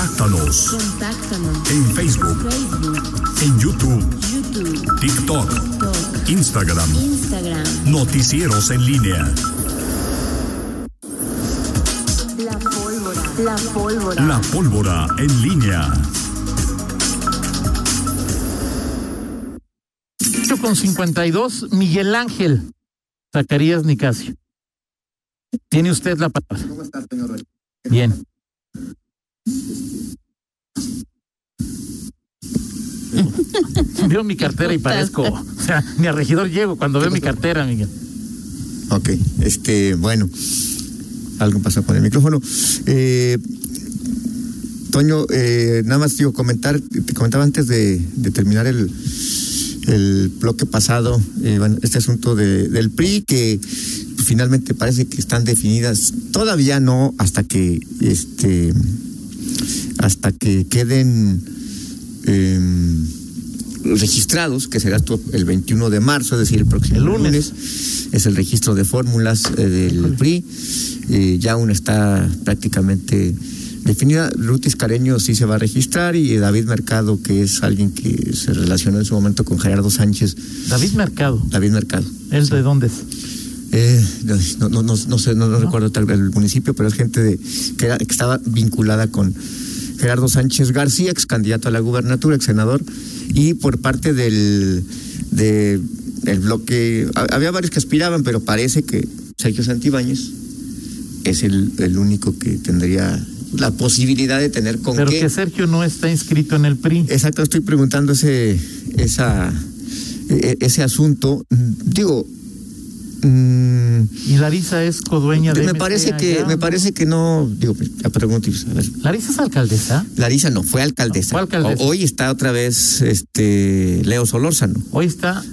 Contáctanos Contáctanos. en Facebook, Facebook, en YouTube, YouTube, TikTok, TikTok, Instagram, Instagram. Noticieros en línea. La pólvora. La pólvora. La pólvora en línea. 8 con 52, Miguel Ángel Zacarías Nicasio. Tiene usted la palabra. ¿Cómo está, señor Rey? Bien. Veo mi cartera y parezco, o sea, ni a regidor llego cuando veo mi cartera, Miguel. Ok, este, bueno, algo pasa con el micrófono. Eh, Toño, eh, nada más digo, comentar, te comentaba antes de, de terminar el, el bloque pasado, eh, bueno, este asunto de- del PRI, que pues, finalmente parece que están definidas, todavía no, hasta que este hasta que queden em, registrados, que será tu- el 21 de marzo, es decir, el próximo El lunes. es el registro de fórmulas eh, del PRI. Eh, ya aún está prácticamente definida. Rutis Careño sí se va a registrar y David Mercado, que es alguien que se relacionó en su momento con Gerardo Sánchez. David Mercado, David Mercado. ¿él de dónde es? Eh, no, no, no, no sé, no, no recuerdo tal- el municipio, pero es gente de, que, era- que estaba vinculada con Gerardo Sánchez García, ex candidato a la gubernatura, ex senador, y por parte del de, el bloque, ha- había varios que aspiraban, pero parece que Sergio Santibáñez es el, el único que tendría la posibilidad de tener con Pero qué. Eh, que Sergio no está inscrito en el PRI. Exacto, estoy preguntando ese, esa, e- ese asunto. Digo, mm, Y Larisa es codueña de. me MC parece que allá, me ¿no? parece que no digo la pregunta a ver Larisa es alcaldesa. Larisa no fue alcaldesa, Fue alcaldesa. O- hoy está otra vez este Leo Solórzano Hoy está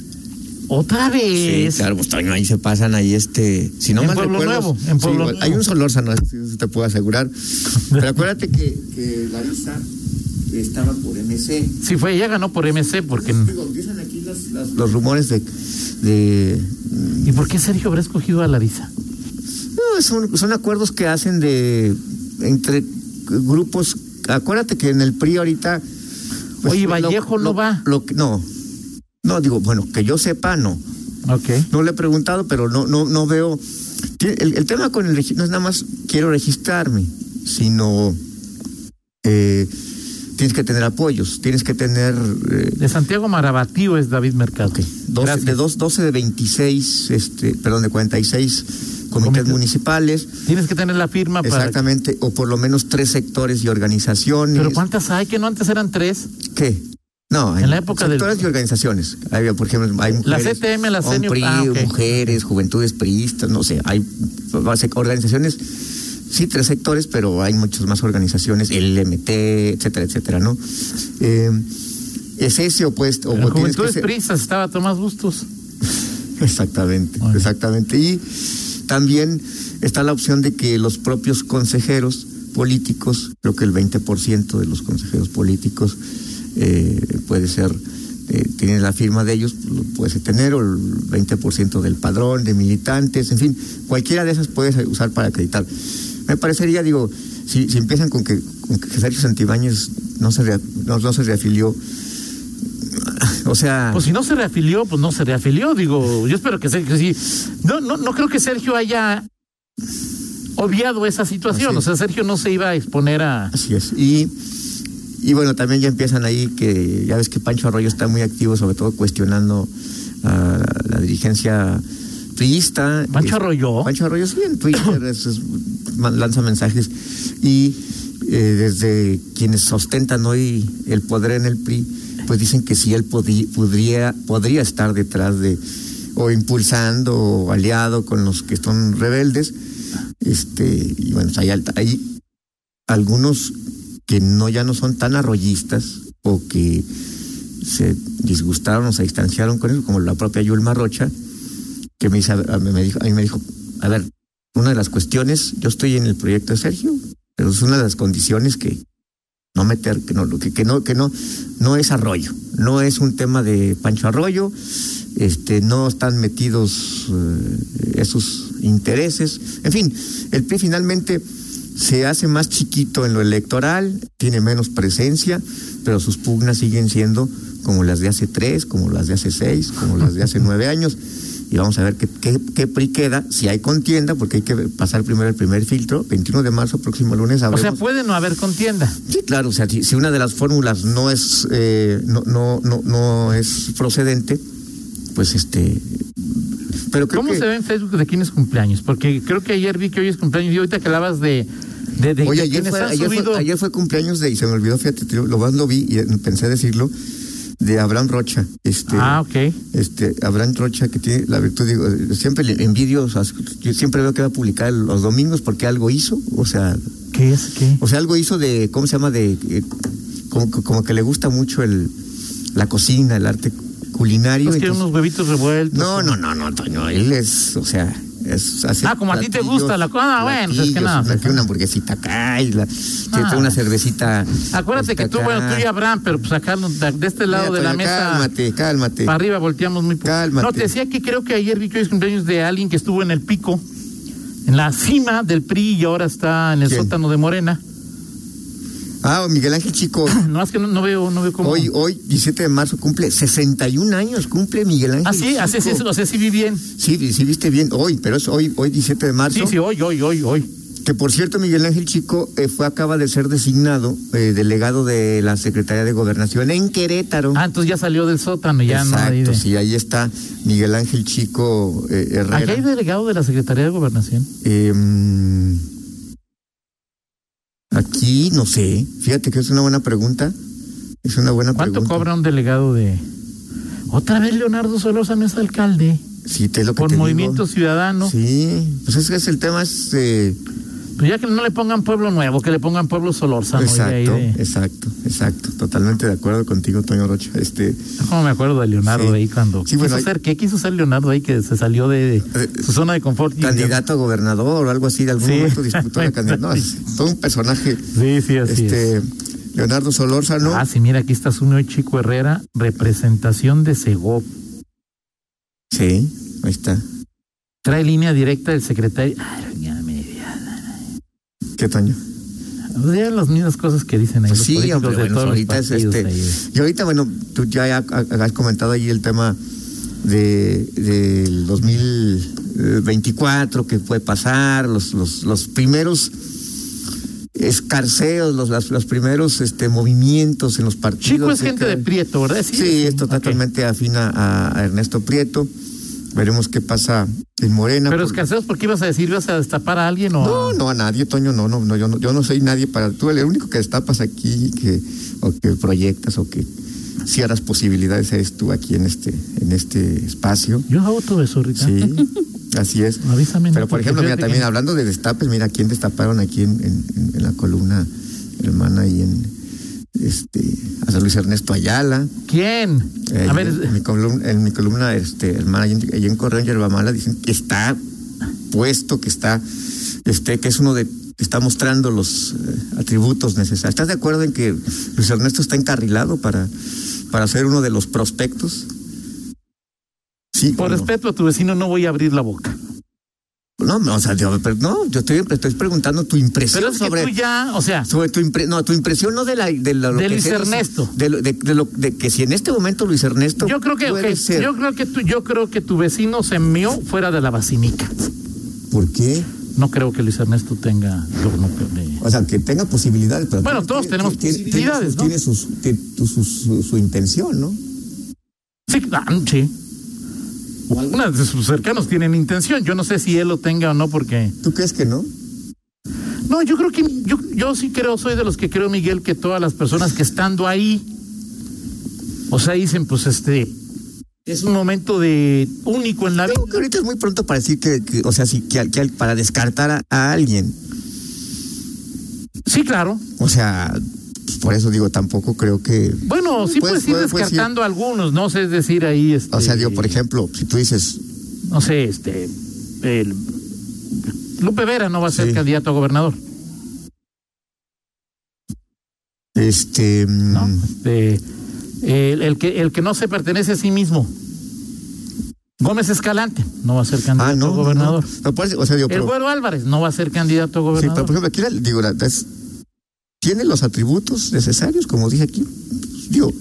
otra Sí, vez. claro, pues también ahí se pasan ahí este, si no En mal Pueblo recuerdo, Nuevo, en sí, Pueblo hay Nuevo. un solórzano, eso te puedo asegurar. Pero acuérdate que, que Larisa estaba por MC, Sí, fue, ella ganó por MC, porque. Digo, empiezan aquí las- las- los rumores de, de- ¿Y por qué Sergio habrá escogido a Larisa? no, son, son acuerdos que hacen de entre grupos. Acuérdate que en el PRI ahorita. pues, Oye, Vallejo no lo- va. lo que- no. No, digo, bueno, que yo sepa, no. Ok. No le he preguntado, pero no, no, no veo. Tiene- El, el tema con el registro no es nada más quiero registrarme, sino eh, tienes que tener apoyos, tienes que tener eh, De Santiago Marabatío es David Mercado. Ok, 12 Gracias. de dos- 12 de 26, este, perdón, de 46 comités Comités. municipales, Tienes que tener la firma Ah, para. exactamente, o por lo menos tres sectores y organizaciones. Pero ¿cuántas hay? Que no antes eran tres. ¿Qué? No, hay En la época del- sectores y organizaciones. Había, por ejemplo, hay mujeres, CTM, la un CNU, PRI, ah, ok. mujeres, juventudes priistas, no sé, hay base- organizaciones, sí, tres sectores, pero hay muchas más organizaciones, el MT, etcétera, etcétera, ¿no? Eh, es ese o pues, o En tienes que Juventudes ser- Prisas estaba Tomás Bustos. Exactamente, Muy bien. exactamente. Y también está la opción de que los propios consejeros políticos, creo que el 20% de los consejeros políticos eh, puede ser, eh, tiene la firma de ellos, lo puede tener, o el 20% del padrón, de militantes, en fin, cualquiera de esas puedes usar para acreditar. Me parecería, digo, si, si empiezan con que, con que Sergio Santibáñez no se, rea- no, no se reafilió, o sea... Pues si no se reafilió, pues no se reafilió. Digo, yo espero que Sergio sí. No, no, no creo que Sergio haya obviado esa situación. Así O es. sea, Sergio no se iba a exponer a. Así es. Y, y bueno, también ya empiezan ahí que ya ves que Pancho Arroyo está muy activo, sobre todo cuestionando a la dirigencia priista. ¿Pancho Eh, Arroyo? Pancho Arroyo sí, en Twitter es- es- man- lanza mensajes. Y eh, desde quienes ostentan hoy el poder en el PRI, pues dicen que sí él podí- podría, podría estar detrás de o impulsando o aliado con los que son rebeldes. Este, y bueno, hay, alta- hay algunos que no ya no son tan arrollistas o que se disgustaron o se distanciaron con eso, como la propia Yulma Rocha, que me, dice, a, mí me dijo, a mí me dijo, a ver, una de las cuestiones, yo estoy en el proyecto de Sergio, pero es una de las condiciones que no meter, que no, lo que, que no, que no, no es arroyo, no es un tema de Pancho Arroyo, este, no están metidos eh, esos intereses, en fin, el PRI finalmente se hace más chiquito en lo electoral, tiene menos presencia, pero sus pugnas siguen siendo como las de hace tres, como las de hace seis, como las de hace nueve años. Y vamos a ver qué, qué, qué PRI queda, si hay contienda, porque hay que pasar primero el primer filtro, 21 de marzo, próximo lunes. O sea, sabremos- puede no haber contienda. Sí, claro, o sea, si, si una de las fórmulas no es eh, no, no, no, no es procedente, pues este pero creo ¿Cómo que se ve en Facebook de quién es cumpleaños? Porque creo que ayer vi que hoy es cumpleaños y ahorita que hablabas de, de, de de Oye, ayer quienes fue, han ayer, subido. fue, ayer fue cumpleaños de y se me olvidó, fíjate, te- lo más lo vi y eh, pensé decirlo de Abraham Rocha, este Ah, ok. este Abraham Rocha que tiene la virtud digo, eh, siempre le envidio, o sea, yo siempre veo que va a publicar los domingos porque algo hizo, o sea, ¿Qué es qué? O sea, algo hizo de, ¿cómo se llama? De, eh, como, como que le gusta mucho el, la cocina, el arte culinario. Pues que entonces- unos huevitos revueltos. No, no, no, no, Toño, él es, o sea, es hace Ah, como a ti te platillos, gusta la co- ah, bueno, pues es que platillos, no. una- Una hamburguesita acá y la, Ah. una cervecita. este, Acuérdate Pues que tú, bueno, tú y Abraham, pero pues acá no- de de este lado de la mesa. Cálmate, cálmate. Para arriba volteamos muy poco. Cálmate. No, te decía que creo que ayer vi que hoy es cumpleaños de alguien que estuvo en el pico, en la cima del PRI y ahora está en el ¿Quién? sótano de Morena. Ah, Miguel Ángel Chico. No, es que no, no veo, no veo cómo. Hoy, hoy, 17 de marzo, cumple 61 años, cumple Miguel Ángel. ah, sí, así sí, Chico. o sea, sí vi bien. Sí, sí, viste bien, hoy, pero es hoy, hoy 17 de marzo. Sí, sí, hoy, hoy, hoy, hoy. Que por cierto, Miguel Ángel Chico eh, fue acaba de ser designado eh, delegado de la Secretaría de Gobernación en Querétaro. Ah, entonces ya salió del sótano, ya no Exacto, hay de- sí, ahí está Miguel Ángel Chico eh, Aquí Herrera. hay delegado de la Secretaría de Gobernación. Eh, mm, aquí, no sé, fíjate que es una buena pregunta. Es una buena ¿Cuánto pregunta. cobra un delegado de.? Otra vez Leonardo Solosa no es alcalde. Sí, te es lo que Por te digo. Movimiento Ciudadano. Sí, pues es que es el tema es... eh, Pues ya que no le pongan Pueblo Nuevo, que le pongan Pueblo Solórzano. y de ahí exacto, de- exacto, exacto. Totalmente de acuerdo contigo, Toño Rocha. Este... Como me acuerdo de Leonardo Sí. ahí cuando Sí, quiso bueno, hay- ser, ¿qué quiso ser Leonardo ahí que se salió de, su zona de confort? y- candidato a gobernador o algo así, de algún Sí. momento disputó la candidatura. No, es todo un personaje. Sí, sí, así este, Leonardo Solórzano. Ah, sí, mira, aquí está su nuevo Chico Herrera, representación de Segov. Sí, ahí está. Trae línea directa del secretario. Ay, ya me diría. ¿Qué Toño? O sea, las mismas cosas que dicen ahí Pues los sí, políticos hombre, de bueno, todos los ahorita es partidos este. ahí eh. de- Y ahorita, bueno, tú ya ha- ha- has comentado ahí el tema de del 2024, que puede pasar, los, los, los primeros escarceos, los, las- los primeros este, movimientos en los partidos. Chico es de gente de cada- Prieto, ¿verdad? Sí, esto ok. totalmente afina a, a Ernesto Prieto. Veremos qué pasa en Morena. Pero por- escaseos, ¿por qué ibas a decir? ¿Ibas a destapar a alguien o.? No, no, a nadie, Toño, no, no, no, yo no, yo no soy nadie para tú, el único que destapas aquí que, o que proyectas o que cierras posibilidades eres tú aquí en este, en este espacio. Yo hago todo eso, Rita. Sí, así es. Avísame, ¿no? Pero por Porque ejemplo, mira, fíjate también que- hablando de destapes, mira quién destaparon aquí en, en- en- en la columna hermana y en este a San Luis Ernesto Ayala. ¿Quién? Eh, a ver, en, mi columna, en mi columna, este, hermana, allí en, allí en Correo en Yerbamala, dicen que está puesto, que está, este, que es uno de, está mostrando los eh, atributos necesarios. ¿Estás de acuerdo en que Luis Ernesto está encarrilado para, para ser uno de los prospectos? Sí. por o no? respeto a tu vecino, no voy a abrir la boca. No, no, o sea, yo, pero no, yo estoy, estoy preguntando tu impresión Pero es que sobre. tú ya, o sea, Sobre tu impre- no, tu impresión no de la de la- lo De que Luis sea, Ernesto. De, lo- de- de lo de que si en este momento Luis Ernesto yo creo que, puede ok, ser- yo creo que tú, yo creo que tu vecino se meó fuera de la vacinica. ¿Por qué? No creo que Luis Ernesto tenga. yo no creo que- O sea, que tenga posibilidades. Pero Bueno, todos tenemos posibilidades, Tiene, sus- tiene sus- su, su- su intención, ¿no? Sí, ah, sí. O algunas de sus cercanos tienen intención. Yo no sé si él lo tenga o no, porque. ¿Tú crees que no? No, yo creo que. Yo, yo sí creo, soy de los que creo, Miguel, que todas las personas que estando ahí. O sea, dicen, pues este. Es un momento de único en la vida. Creo que ahorita es muy pronto para decir que, que- o sea, sí, que, al- que al- para descartar a, a alguien. Sí, claro. O sea, pues, por eso digo, tampoco creo que. Bueno, sí Pues, puedes ir pues, pues, sí. descartando algunos, no sé, es decir, ahí este O sea, digo, por ejemplo, si tú dices, no sé, este el Lupe Vera no va a ser Sí. candidato a gobernador, este. mm, ¿no? Este, el, el que el que no se pertenece a sí mismo. Gómez Escalante no va a ser candidato Ah, no. a no, no. gobernador. No, por eso, o sea, digo, El pero- Güero Álvarez no va a ser candidato a Sí, gobernador. pero por ejemplo, aquí, la- digo, la- es- tiene los atributos necesarios, como dije aquí. Digo,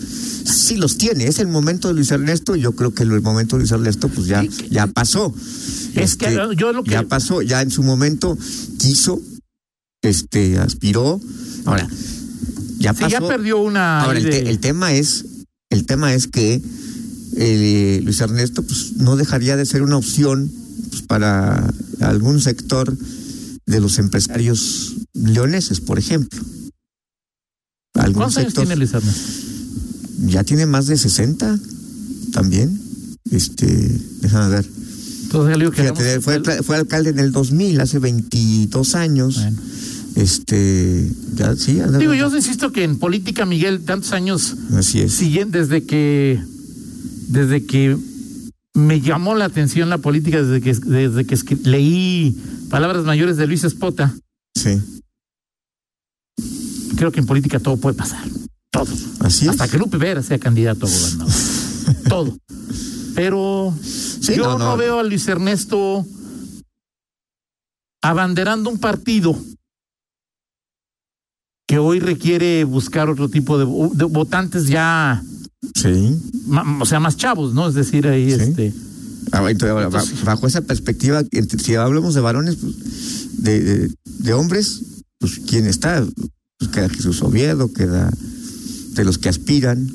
sí los tiene. Es el momento de Luis Ernesto. y Yo creo que el momento de Luis Ernesto, pues ya, ya pasó. Este, Es que yo lo que- Ya pasó, ya en su momento quiso, este, aspiró. Ahora, ya Sí, pasó. ya perdió una. Ahora, ahí el, te- de- el tema es, el tema es que eh, Luis Ernesto pues, no dejaría de ser una opción pues, para algún sector de los empresarios leoneses, por ejemplo. Algún ¿Cuántos años sector- tiene Luis Ernesto? Ya tiene más de 60 también. Este, déjame ver. Entonces, le digo que Fíjate, hagamos- fue, alca- fue alcalde en el 2000, hace 22 años. Bueno. Este, ya sí, anda- Digo, yo insisto que en política, Miguel, tantos años así es. siguen desde que desde que me llamó la atención la política desde que desde que escri- leí palabras mayores de Luis Espota, Sí, creo que en política todo puede pasar. Todo. así es. Hasta que Lupe Vera sea candidato a gobernador. todo. Pero Sí, yo no, no, no. veo a Luis Ernesto abanderando un partido que hoy requiere buscar otro tipo de, vo- de votantes ya, Sí. ma- o sea, más chavos, ¿no? Es decir, ahí Sí. este... Ah, entonces, ahora, ba- bajo esa perspectiva, ent- si hablamos de varones, pues, de, de- de hombres, pues quién está, pues, queda Jesús Oviedo, queda de los que aspiran.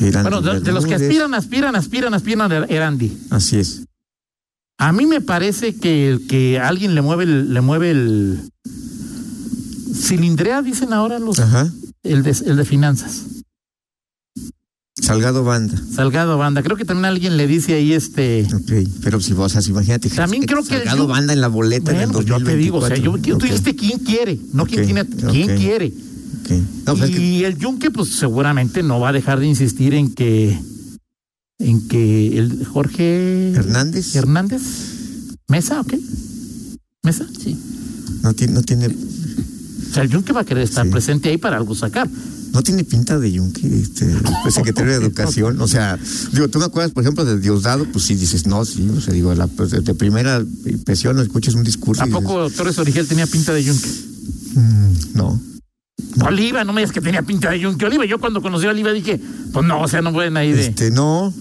Eran Bueno, de, de los que Bermúdez. aspiran, aspiran, aspiran, aspiran a Erandi. Así es. A mí me parece que el que alguien le mueve el, le mueve el cilindrea, dicen ahora los Ajá. el de, el de finanzas. Salgado Banda. Salgado Banda. Creo que también alguien le dice ahí este. Ok. Pero si vos, o sea, si imagínate. También eh, creo que Salgado yo- Banda en la boleta en el Bueno, pues 2024. yo te digo, o sea, yo, tú Ok, dijiste quién quiere, no Ok, quién tiene, quién ok. quiere. ok. No, pues, es que- y el Yunque, pues seguramente no va a dejar de insistir en que, en que el Jorge Hernández Hernández Mesa, ¿ok? Mesa, sí. no tiene, no tiene, O sea, el Yunque va a querer estar Sí. presente ahí para algo sacar. no tiene pinta de yunque, este, el secretario de Educación. O sea, digo, tú me acuerdas, por ejemplo, de Diosdado, pues sí dices, no, sí, o sea, digo, la, pues, de primera impresión escuchas un discurso. y dices, Tampoco Torres Origel tenía pinta de Yunque. mm, no. Oliva, no me digas que tenía pinta de Yunque. Oliva, yo cuando conocí a Oliva dije, pues no, o sea, no pueden ahí de. Este, no.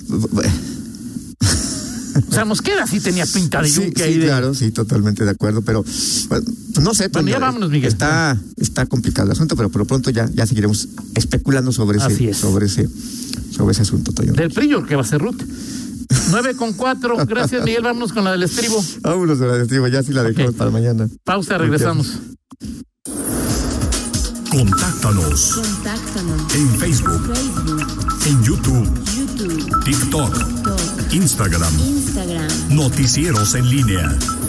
O sea, Mosqueda sí tenía pinta de Sí, Yunque ahí sí, de. claro, sí, totalmente de acuerdo, pero bueno, no sé. Bueno, ya Toño, vámonos, Miguel. Está, está complicado el asunto, pero por lo pronto ya, ya seguiremos especulando sobre Así ese, es. sobre ese, sobre ese asunto, Toño. Del Prillo, que va a ser Ruth. 9 con 4. Gracias, Miguel. Vámonos con la del estribo. Vámonos, verdad, digo, ya sí la dejamos Ok. para mañana. Pausa, regresamos. Contáctanos Contáctanos. en Facebook, Facebook, en YouTube, YouTube, TikTok, Talk, Instagram. Instagram. Noticieros en línea.